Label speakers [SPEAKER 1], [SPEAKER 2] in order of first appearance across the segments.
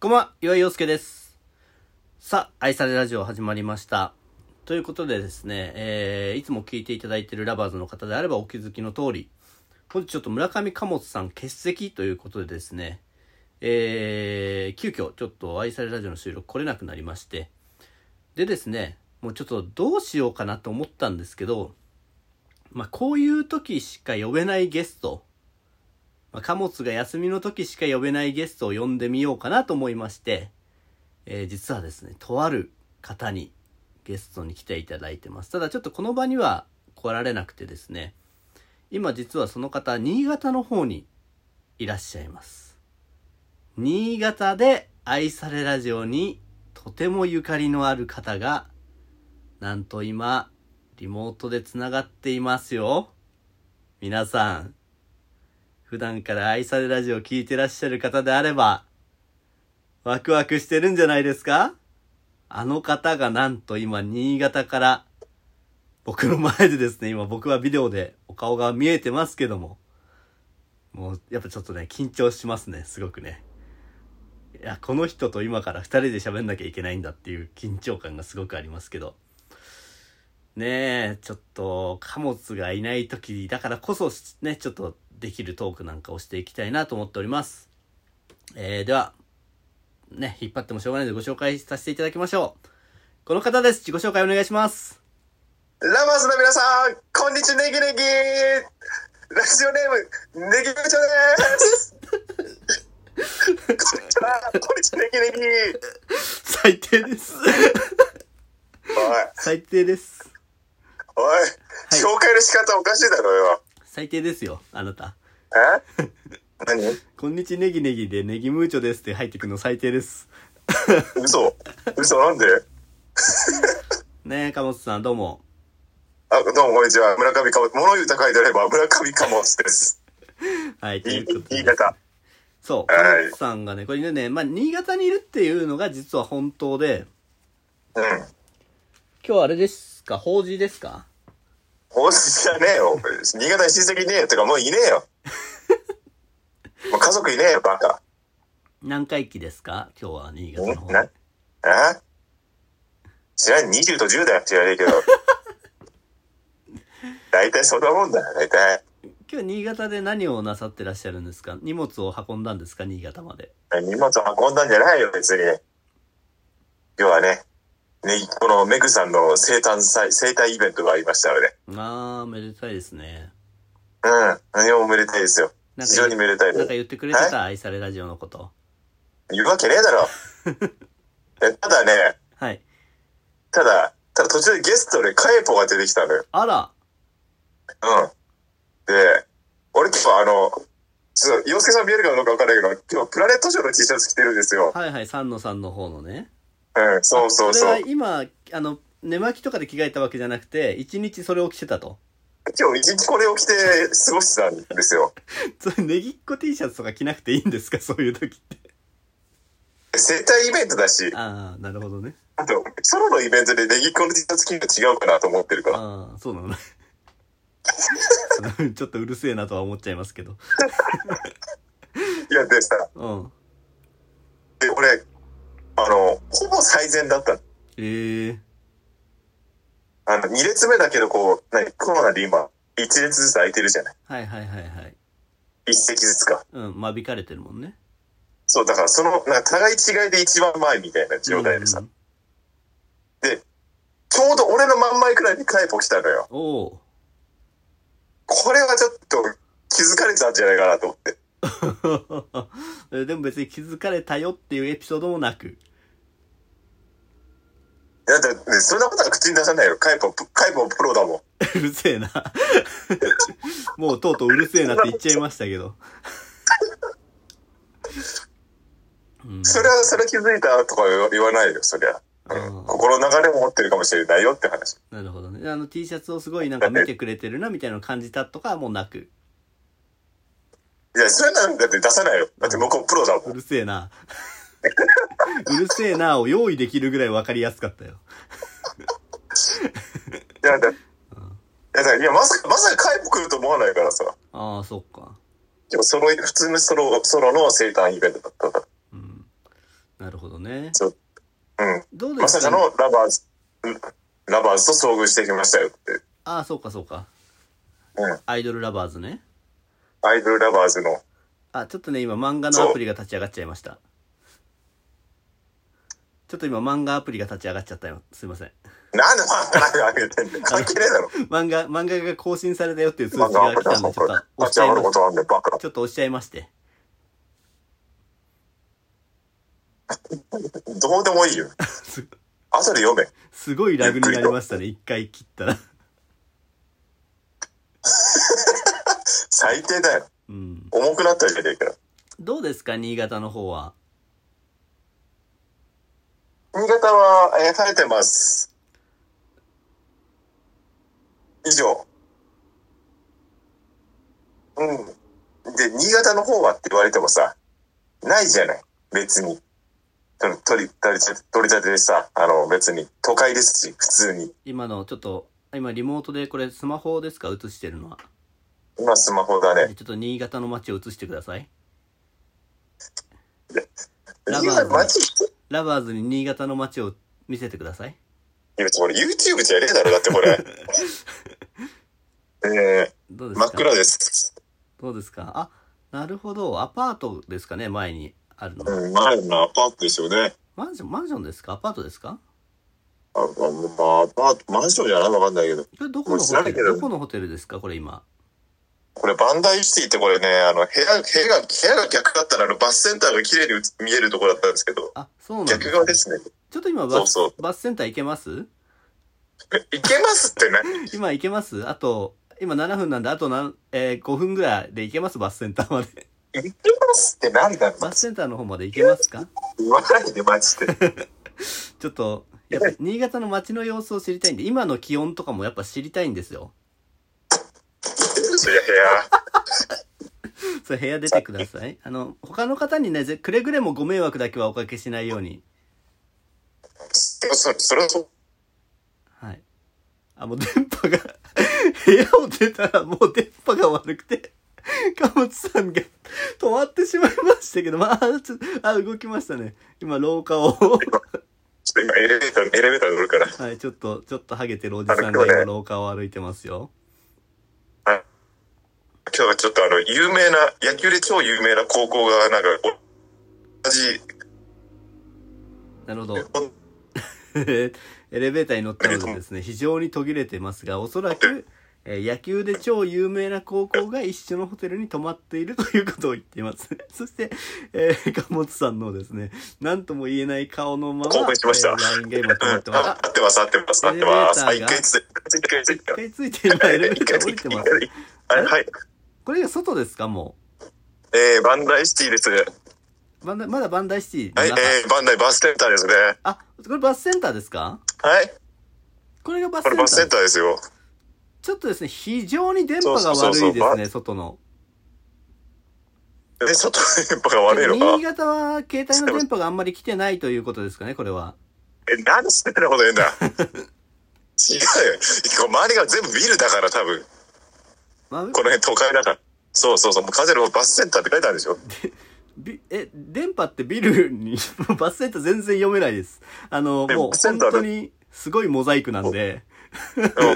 [SPEAKER 1] こんばんは、岩井陽介です。さあ、愛されラジオ始まりました。ということでですね、えー、いつも聞いていただいているラバーズの方であればお気づきの通り、本日ちょっと村上貨物さん欠席ということでですね、えー、急遽ちょっと愛されラジオの収録来れなくなりまして、でですね、もうちょっとどうしようかなと思ったんですけど、まあこういう時しか呼べないゲスト、まあ、貨物が休みの時しか呼べないゲストを呼んでみようかなと思いまして、えー実はですね、とある方にゲストに来ていただいてます。ただちょっとこの場には来られなくてですね、今実はその方、新潟の方にいらっしゃいます。新潟で愛されラジオにとてもゆかりのある方が、なんと今、リモートでつながっていますよ。皆さん、普段から愛されラジオを聞いてらっしゃる方であれば、ワクワクしてるんじゃないですかあの方がなんと今、新潟から、僕の前でですね、今僕はビデオでお顔が見えてますけども、もうやっぱちょっとね、緊張しますね、すごくね。いや、この人と今から二人で喋んなきゃいけないんだっていう緊張感がすごくありますけど。ねえ、ちょっと、貨物がいない時だからこそ、ね、ちょっとできるトークなんかをしていきたいなと思っております。えー、では、ね、引っ張ってもしょうがないのでご紹介させていただきましょう。この方です。自己紹介お願いします。
[SPEAKER 2] ラバーズの皆さん、こんにちは、ネギネギラジオネーム、ネギ部長ですこんにちは、こんにちは、ネギネギ
[SPEAKER 1] 最低です。最低です。
[SPEAKER 2] おい、おい、紹介の仕方おかしいだろうよ。
[SPEAKER 1] 最低ですよ、あなた。
[SPEAKER 2] え何
[SPEAKER 1] こんにちネギネギでネギムーチョですって入ってくるの最低です。
[SPEAKER 2] 嘘嘘なんで
[SPEAKER 1] ねえ、貨物さんどうも。
[SPEAKER 2] あ、どうもこんにちは、村上かも、物言う高いドライバー、村上かもです。
[SPEAKER 1] はい、とい
[SPEAKER 2] 言いう
[SPEAKER 1] ことで
[SPEAKER 2] 言い。方。
[SPEAKER 1] そう、
[SPEAKER 2] は
[SPEAKER 1] 貨
[SPEAKER 2] い
[SPEAKER 1] 物さんがね、これね、まあ、新潟にいるっていうのが実は本当で、
[SPEAKER 2] うん。
[SPEAKER 1] 今日あれですか法事ですか
[SPEAKER 2] 本事じゃねえよ。新潟に親戚いねえよ。てか、もういね えよ。もう家族いねえよ、バカ。
[SPEAKER 1] 何回忌ですか今日は新潟の方。
[SPEAKER 2] な、え知らん、20と10だよ、知らねえ けど。大体そんなもんだよ、大体。
[SPEAKER 1] 今日新潟で何をなさってらっしゃるんですか荷物を運んだんですか新潟まで。
[SPEAKER 2] 荷物運んだんじゃないよ、別に。今日はね、ね、このメグさんの生誕祭、生誕イベントがありましたので。
[SPEAKER 1] あー、めでたいですね。
[SPEAKER 2] うん、何もめでたいですよ。
[SPEAKER 1] なん
[SPEAKER 2] 非常にめでたい
[SPEAKER 1] なん
[SPEAKER 2] で
[SPEAKER 1] か
[SPEAKER 2] す。
[SPEAKER 1] 言ってくれてた愛されラジオのこと。
[SPEAKER 2] 言うわけねえ だろ。えただね、
[SPEAKER 1] はい。
[SPEAKER 2] ただ、ただ途中でゲストでカエポが出てきたのよ。
[SPEAKER 1] あら
[SPEAKER 2] うん。で、俺今日あの、ちょっと、洋介さん見えるかどうかわからないけど、今日プラネットショーの T シャツ着てるんですよ。
[SPEAKER 1] はいはい、三野さんの方のね。
[SPEAKER 2] うん、そうそう
[SPEAKER 1] れ
[SPEAKER 2] そ
[SPEAKER 1] は
[SPEAKER 2] う。
[SPEAKER 1] 今、あの、寝巻きとかで着替えたわけじゃなくて、一日それを着てたと。
[SPEAKER 2] 今日一日これを着て過ごしてたんですよ。
[SPEAKER 1] それ、ネギっ子 T シャツとか着なくていいんですかそういう時って。
[SPEAKER 2] 生体イベントだし、
[SPEAKER 1] あ ー、なるほどね。
[SPEAKER 2] あと、ソロのイベントでネギっ子の T シャツ着るの違うかなと思ってるから。
[SPEAKER 1] ああ、そうなのね。 ちょっとうるせえなとは思っちゃいますけど。
[SPEAKER 2] いや、でさ、
[SPEAKER 1] うん。
[SPEAKER 2] で、俺、あの、ほぼ最善だったの。
[SPEAKER 1] ええ
[SPEAKER 2] あの、2列目だけど、こう、何、コロナで今、1列ずつ空いてるじゃない。
[SPEAKER 1] はいはいはいはい。
[SPEAKER 2] 1席ずつか。
[SPEAKER 1] うん、間引かれてるもんね。
[SPEAKER 2] そう、だからその、なんか互い違いで一番前みたいな状態でさ
[SPEAKER 1] う。ん
[SPEAKER 2] ちょうど俺の真ん前くらいにカイポ来たのよ。
[SPEAKER 1] おお。
[SPEAKER 2] これはちょっと気づかれたんじゃないかなと思って。
[SPEAKER 1] えでも別に気づかれたよっていうエピソードもなく。
[SPEAKER 2] だって、ね、そんなことは口に出さないよ。カイポ、カイポプロだもん。
[SPEAKER 1] うるせえな。 もうとうとううるせえなって言っちゃいましたけど。 うん、
[SPEAKER 2] それは、それ気づいたとか言わないよ、そりゃ。
[SPEAKER 1] ああ
[SPEAKER 2] 心の流れも持ってるかもしれないよって話。
[SPEAKER 1] なるほどね。あの T シャツをすごいなんか見てくれてるなみたいなのを感じたとかはもうなく。
[SPEAKER 2] いや、それなんだって出さないよ。だって向こうプロだも。
[SPEAKER 1] うんるせえな。 うるせえなを用意できるぐらい分かりやすかったよ。
[SPEAKER 2] いや、だいや、だからいやまさか、まさかカイポ来ると思わないからさ。
[SPEAKER 1] ああ、そっか。
[SPEAKER 2] でも、ソロ、普通のソロ、ソロの生誕イベントだったから。
[SPEAKER 1] うん。なるほどね。
[SPEAKER 2] そううん。
[SPEAKER 1] どうで
[SPEAKER 2] ますさかのラバーズ、ラバーズと遭遇してきましたよって。
[SPEAKER 1] ああ、そうかそうか。
[SPEAKER 2] うん。
[SPEAKER 1] アイドルラバーズね。
[SPEAKER 2] アイドルラバーズの。
[SPEAKER 1] あ、ちょっとね、今漫画
[SPEAKER 2] そ
[SPEAKER 1] の
[SPEAKER 2] う
[SPEAKER 1] アプリが立ち上がっちゃいました。ちょっと今漫画アプリが立ち上がっちゃったよ。すいません。
[SPEAKER 2] なんで漫画なんか上げてんの関係ねえだろ。
[SPEAKER 1] 漫画、漫画が更新されたよっていう通知が
[SPEAKER 2] 漫画アプ
[SPEAKER 1] 来
[SPEAKER 2] リな
[SPEAKER 1] た
[SPEAKER 2] ん
[SPEAKER 1] んで、ちょっと押
[SPEAKER 2] か立
[SPEAKER 1] し
[SPEAKER 2] ち
[SPEAKER 1] ちゃ
[SPEAKER 2] 上
[SPEAKER 1] いま
[SPEAKER 2] がるこ
[SPEAKER 1] し
[SPEAKER 2] となんで、バカ。
[SPEAKER 1] ちょっと押しちゃいまして。
[SPEAKER 2] どうでもいいよ。
[SPEAKER 1] す
[SPEAKER 2] 後で読め。
[SPEAKER 1] すごいラグになりましたね。一回切ったら。
[SPEAKER 2] 最低だよ。
[SPEAKER 1] うん。
[SPEAKER 2] 重くなったわけでいいから。
[SPEAKER 1] どうですか新潟の方は。
[SPEAKER 2] 新潟は、えー晴れてます。以上。うん。で、新潟の方はって言われてもさ、ないじゃない。別に。その取り、取りたて、取り立てでさ、あの、別に、都会ですし、普通に。
[SPEAKER 1] 今の、ちょっと、今リモートでこれスマホですか映してるのは。
[SPEAKER 2] 今スマホだね。
[SPEAKER 1] ちょっと新潟の街を映してください。ラ
[SPEAKER 2] 新
[SPEAKER 1] バーズ
[SPEAKER 2] 潟街い
[SPEAKER 1] ラバーズに新潟の街を見せてください。
[SPEAKER 2] や、これ YouTube じゃねえだろ、だって これ。え
[SPEAKER 1] どうで
[SPEAKER 2] ー、
[SPEAKER 1] す
[SPEAKER 2] 真
[SPEAKER 1] か
[SPEAKER 2] っ暗です。
[SPEAKER 1] どうですかあ、なるほど。アパートですかね前にあるの。
[SPEAKER 2] うん、前のアパートですよね。
[SPEAKER 1] マンション、マンションですかアパートですか
[SPEAKER 2] あ、まあ、まあアパート、マンションじゃないわかんないけど。
[SPEAKER 1] これどこの
[SPEAKER 2] もう知
[SPEAKER 1] ホ
[SPEAKER 2] らな
[SPEAKER 1] テ
[SPEAKER 2] いけ
[SPEAKER 1] ル
[SPEAKER 2] ど
[SPEAKER 1] どこのホテルですかこれ今。
[SPEAKER 2] これバンダイシティってこれね、あの、部屋、部屋が、部屋が逆だったらあの、バスセンターが綺麗にうつ見えるところだったんですけど、
[SPEAKER 1] あ、そうなん。
[SPEAKER 2] 逆側ですすね。
[SPEAKER 1] ちょっと今
[SPEAKER 2] そ
[SPEAKER 1] バ
[SPEAKER 2] う
[SPEAKER 1] ス、
[SPEAKER 2] そう。
[SPEAKER 1] バスセンター行けます
[SPEAKER 2] えいけますってね。
[SPEAKER 1] 今行けますあと、今7分なんで、あとなん、えー5分ぐらいで行けますバスセンターまで。
[SPEAKER 2] いけますって何だろう
[SPEAKER 1] バスセンターの方まで行けますか
[SPEAKER 2] 言わないで、マ ジで。
[SPEAKER 1] ちょっと、やっぱ新潟の街の様子を知りたいんで、今の気温とかもやっぱ知りたいんですよ。
[SPEAKER 2] そりゃ部屋。
[SPEAKER 1] それ部屋出てください。あの、他の方にね、ぜくれぐれもご迷惑だけはおかけしないように。
[SPEAKER 2] そ、そ、それはそう。
[SPEAKER 1] はい。あ、もう電波が、部屋を出たらもう電波が悪くて、貨物さんが止まってしまいましたけど、まあ、ちょあ、動きましたね。今、廊下を、
[SPEAKER 2] ちょっと今エレベーター、エレベーター乗るから。
[SPEAKER 1] はい、ちょっと、ちょっとハゲてるおじさん
[SPEAKER 2] 歩く
[SPEAKER 1] が
[SPEAKER 2] よね
[SPEAKER 1] 今、廊下を歩いてますよ。
[SPEAKER 2] 今日はちょっとあの、有名な、野球で超有名な高校が、なんか、同じ、
[SPEAKER 1] なるほど。 エレベーターに乗ったのでですね、非常に途切れてますが、おそらく、えー野球で超有名な高校が一緒のホテルに泊まっているということを言っています。 そして、えー、貨物さんのですね、なんとも言えない顔のまま、
[SPEAKER 2] 興奮しました
[SPEAKER 1] えー LINE が今止まってます。
[SPEAKER 2] あ
[SPEAKER 1] あ、
[SPEAKER 2] 合ってます、合ってます、合ってます。あ、
[SPEAKER 1] エレベーターが
[SPEAKER 2] 一回ついついてる、ついて
[SPEAKER 1] 一
[SPEAKER 2] る。
[SPEAKER 1] 回ついて今エレベーター降りてます。
[SPEAKER 2] はいはい。
[SPEAKER 1] これが外ですか、も
[SPEAKER 2] えー、バンダイシティです。は
[SPEAKER 1] う。バンダイまだバンダイシティの
[SPEAKER 2] い、
[SPEAKER 1] 中。
[SPEAKER 2] えー、バンダイバスセンターですね。
[SPEAKER 1] あ、これバスセンターですか
[SPEAKER 2] はい。
[SPEAKER 1] これがバス
[SPEAKER 2] こ
[SPEAKER 1] セン
[SPEAKER 2] れ
[SPEAKER 1] ター
[SPEAKER 2] バスセンターですよ。
[SPEAKER 1] ちょっとですね、非常に電波が悪い
[SPEAKER 2] そうそう
[SPEAKER 1] で
[SPEAKER 2] そ
[SPEAKER 1] す
[SPEAKER 2] う
[SPEAKER 1] ね、外の。
[SPEAKER 2] え、ちょっと電波が悪いの
[SPEAKER 1] 新
[SPEAKER 2] か
[SPEAKER 1] 潟は携帯の電波があんまり来てないということですかね、これは。
[SPEAKER 2] え、なんでそんなこと言うんだ違うよ。こう周りが全部ビルだから、多分。
[SPEAKER 1] まあ、
[SPEAKER 2] この辺都会だから。そうそうそう。もう風のバスセンターって書いてあるでしょ。
[SPEAKER 1] びえ、電波ってビルに、 バスセンター全然読めないです。あの、
[SPEAKER 2] え
[SPEAKER 1] も
[SPEAKER 2] バ
[SPEAKER 1] う
[SPEAKER 2] スセ
[SPEAKER 1] 本
[SPEAKER 2] ンターで
[SPEAKER 1] 当にすごいモザイクなんで。
[SPEAKER 2] うん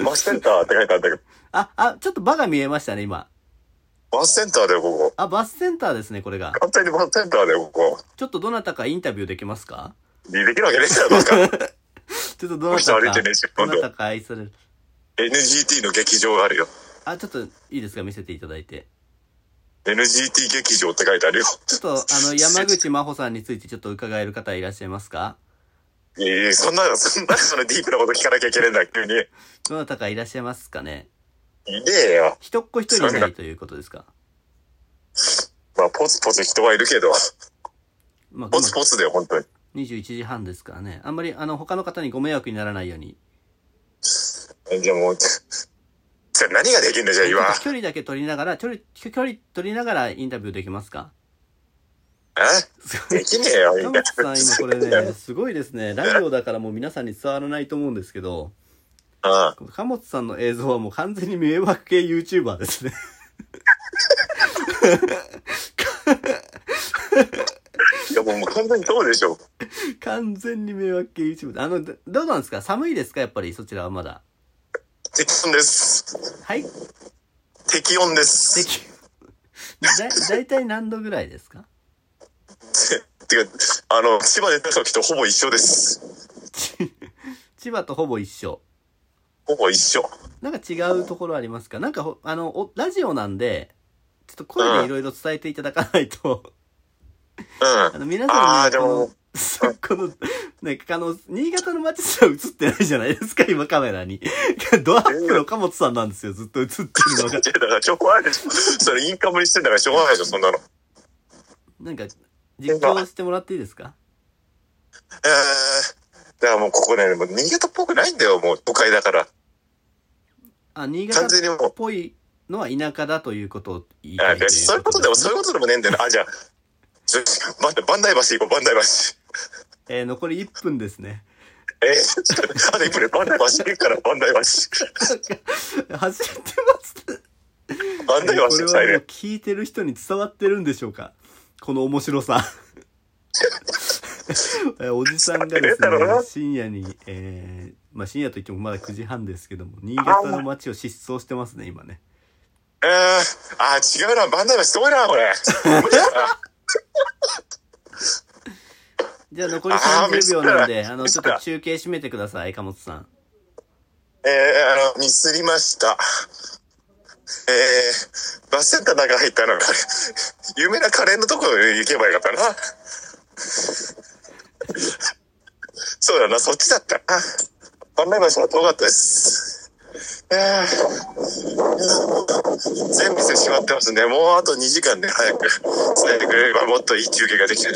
[SPEAKER 2] バスセンターって書いてあるんだけど。
[SPEAKER 1] あ、あ、ちょっと場が見えましたね、今。
[SPEAKER 2] バスセンターだよ、ここ。
[SPEAKER 1] あ、バスセンターですね、これが。
[SPEAKER 2] 簡単にバスセンターだよ、ここ。
[SPEAKER 1] ちょっとどなたかインタビューできますか
[SPEAKER 2] できるわけねえじゃん、バ
[SPEAKER 1] ち
[SPEAKER 2] カ。
[SPEAKER 1] ょっとどなたか
[SPEAKER 2] この人歩いてねえし、
[SPEAKER 1] ど
[SPEAKER 2] 今度
[SPEAKER 1] なたか愛される。
[SPEAKER 2] NGT の劇場があるよ。
[SPEAKER 1] あ、ちょっといいですか、見せていただいて。
[SPEAKER 2] NGT 劇場って書いてあるよ。
[SPEAKER 1] ちょっと、あ の、山口真帆さんについてちょっと伺える方いらっしゃいますか
[SPEAKER 2] いやいやそんな、そんな、そのディープなこと聞かなきゃいけないんだ、急に。
[SPEAKER 1] どなたかいらっしゃいますかね
[SPEAKER 2] いねえよ。
[SPEAKER 1] 一っ子一人いないということですか
[SPEAKER 2] まあ、ポツポツ人はいるけど、
[SPEAKER 1] まあ、
[SPEAKER 2] ポツポツだよ、本当に。
[SPEAKER 1] 今21時半ですからね。あんまり、あの、他の方にご迷惑にならないように。
[SPEAKER 2] えじゃあもう、じゃあ何ができんだよ、じゃあ
[SPEAKER 1] ち
[SPEAKER 2] 今
[SPEAKER 1] ょっ。と距離だけ取りながら、距離、距離取りながらインタビューできますか
[SPEAKER 2] え
[SPEAKER 1] すごい。
[SPEAKER 2] できねえよ、み
[SPEAKER 1] 田
[SPEAKER 2] んな
[SPEAKER 1] 口さん、今これね、すごいですね。ラジオだからもう皆さんに伝わらないと思うんですけど、
[SPEAKER 2] ああ
[SPEAKER 1] 貨物さんの映像はもう完全に迷惑系 YouTuber ですね。
[SPEAKER 2] いや、もうもう完全にそうでしょ。
[SPEAKER 1] 完全に迷惑系 YouTube。あの、どどうなんですか寒いですかやっぱりそちらはまだ。
[SPEAKER 2] 適温です。
[SPEAKER 1] はい。
[SPEAKER 2] 適温です。
[SPEAKER 1] 適 だ、だいたい何度ぐらいですか
[SPEAKER 2] てか、あの、千葉で出た時とほぼ一緒です。
[SPEAKER 1] ち千葉とほぼ一緒。
[SPEAKER 2] ほぼ一緒。
[SPEAKER 1] なんか違うところありますかなんかほ、あの、おラジオなんで、ちょっと声でいろいろ伝えていただかないと、
[SPEAKER 2] う
[SPEAKER 1] あ
[SPEAKER 2] ん。
[SPEAKER 1] の、皆さ
[SPEAKER 2] あー
[SPEAKER 1] ん
[SPEAKER 2] で
[SPEAKER 1] に、
[SPEAKER 2] も
[SPEAKER 1] この、この、なんかあの、新潟の街すら映ってないじゃないですか、 今カメラに。ドアップの貨物さんなんですよ、ずっと映ってるのが
[SPEAKER 2] い。や、だからしょうがないでしょ。それインカムにしてんだからしょうがないでしょ、そんなの。
[SPEAKER 1] なんか、実況してもらっていいですか
[SPEAKER 2] えー、だからもうここね、もう新潟っぽくないんだよ、もう都会だから。
[SPEAKER 1] あ、新潟
[SPEAKER 2] 完全にもう
[SPEAKER 1] っ。ぽいのは田舎だということを言いた
[SPEAKER 2] あ
[SPEAKER 1] いという
[SPEAKER 2] そういうことでも、そういうことでもねえんだよな。あ、じゃあ、ちょ待って、バンダイ橋行こう、バンダイ橋。
[SPEAKER 1] えー残り1分ですね。
[SPEAKER 2] えー、ちょっと、あと一分でバンダイ橋行くから、バンダイ橋。
[SPEAKER 1] なんか走ってます。
[SPEAKER 2] バ
[SPEAKER 1] こ
[SPEAKER 2] ンダイ
[SPEAKER 1] れはもう
[SPEAKER 2] 橋入る。
[SPEAKER 1] 聞いてる人に伝わってるんでしょうかこの面白 さ。えーおじさんがですね
[SPEAKER 2] 伝わってねえだろうな、
[SPEAKER 1] 深夜に、えーまあ深夜といってもまだ9時半ですけども、新潟の街を疾走してますね、今ね。
[SPEAKER 2] えー、あー、違うな、バンダイ橋遠い な、これ。
[SPEAKER 1] じゃあ残り
[SPEAKER 2] あー
[SPEAKER 1] 30秒なん
[SPEAKER 2] ミスっ
[SPEAKER 1] で、
[SPEAKER 2] た
[SPEAKER 1] あの、
[SPEAKER 2] ミ
[SPEAKER 1] ち
[SPEAKER 2] ス
[SPEAKER 1] ょ
[SPEAKER 2] っ
[SPEAKER 1] ったと中継締めてください、貨物さん。
[SPEAKER 2] えー、あの、ミスりました。えー、バスセンターの中入った のが、有名なカレーのとこ行けばよかったな。そうだな、そっちだったな。案内橋は遠かったです。えー、全部してしまってますね。もうあと2時間で、早く伝えてくれればもっといい中継ができるな。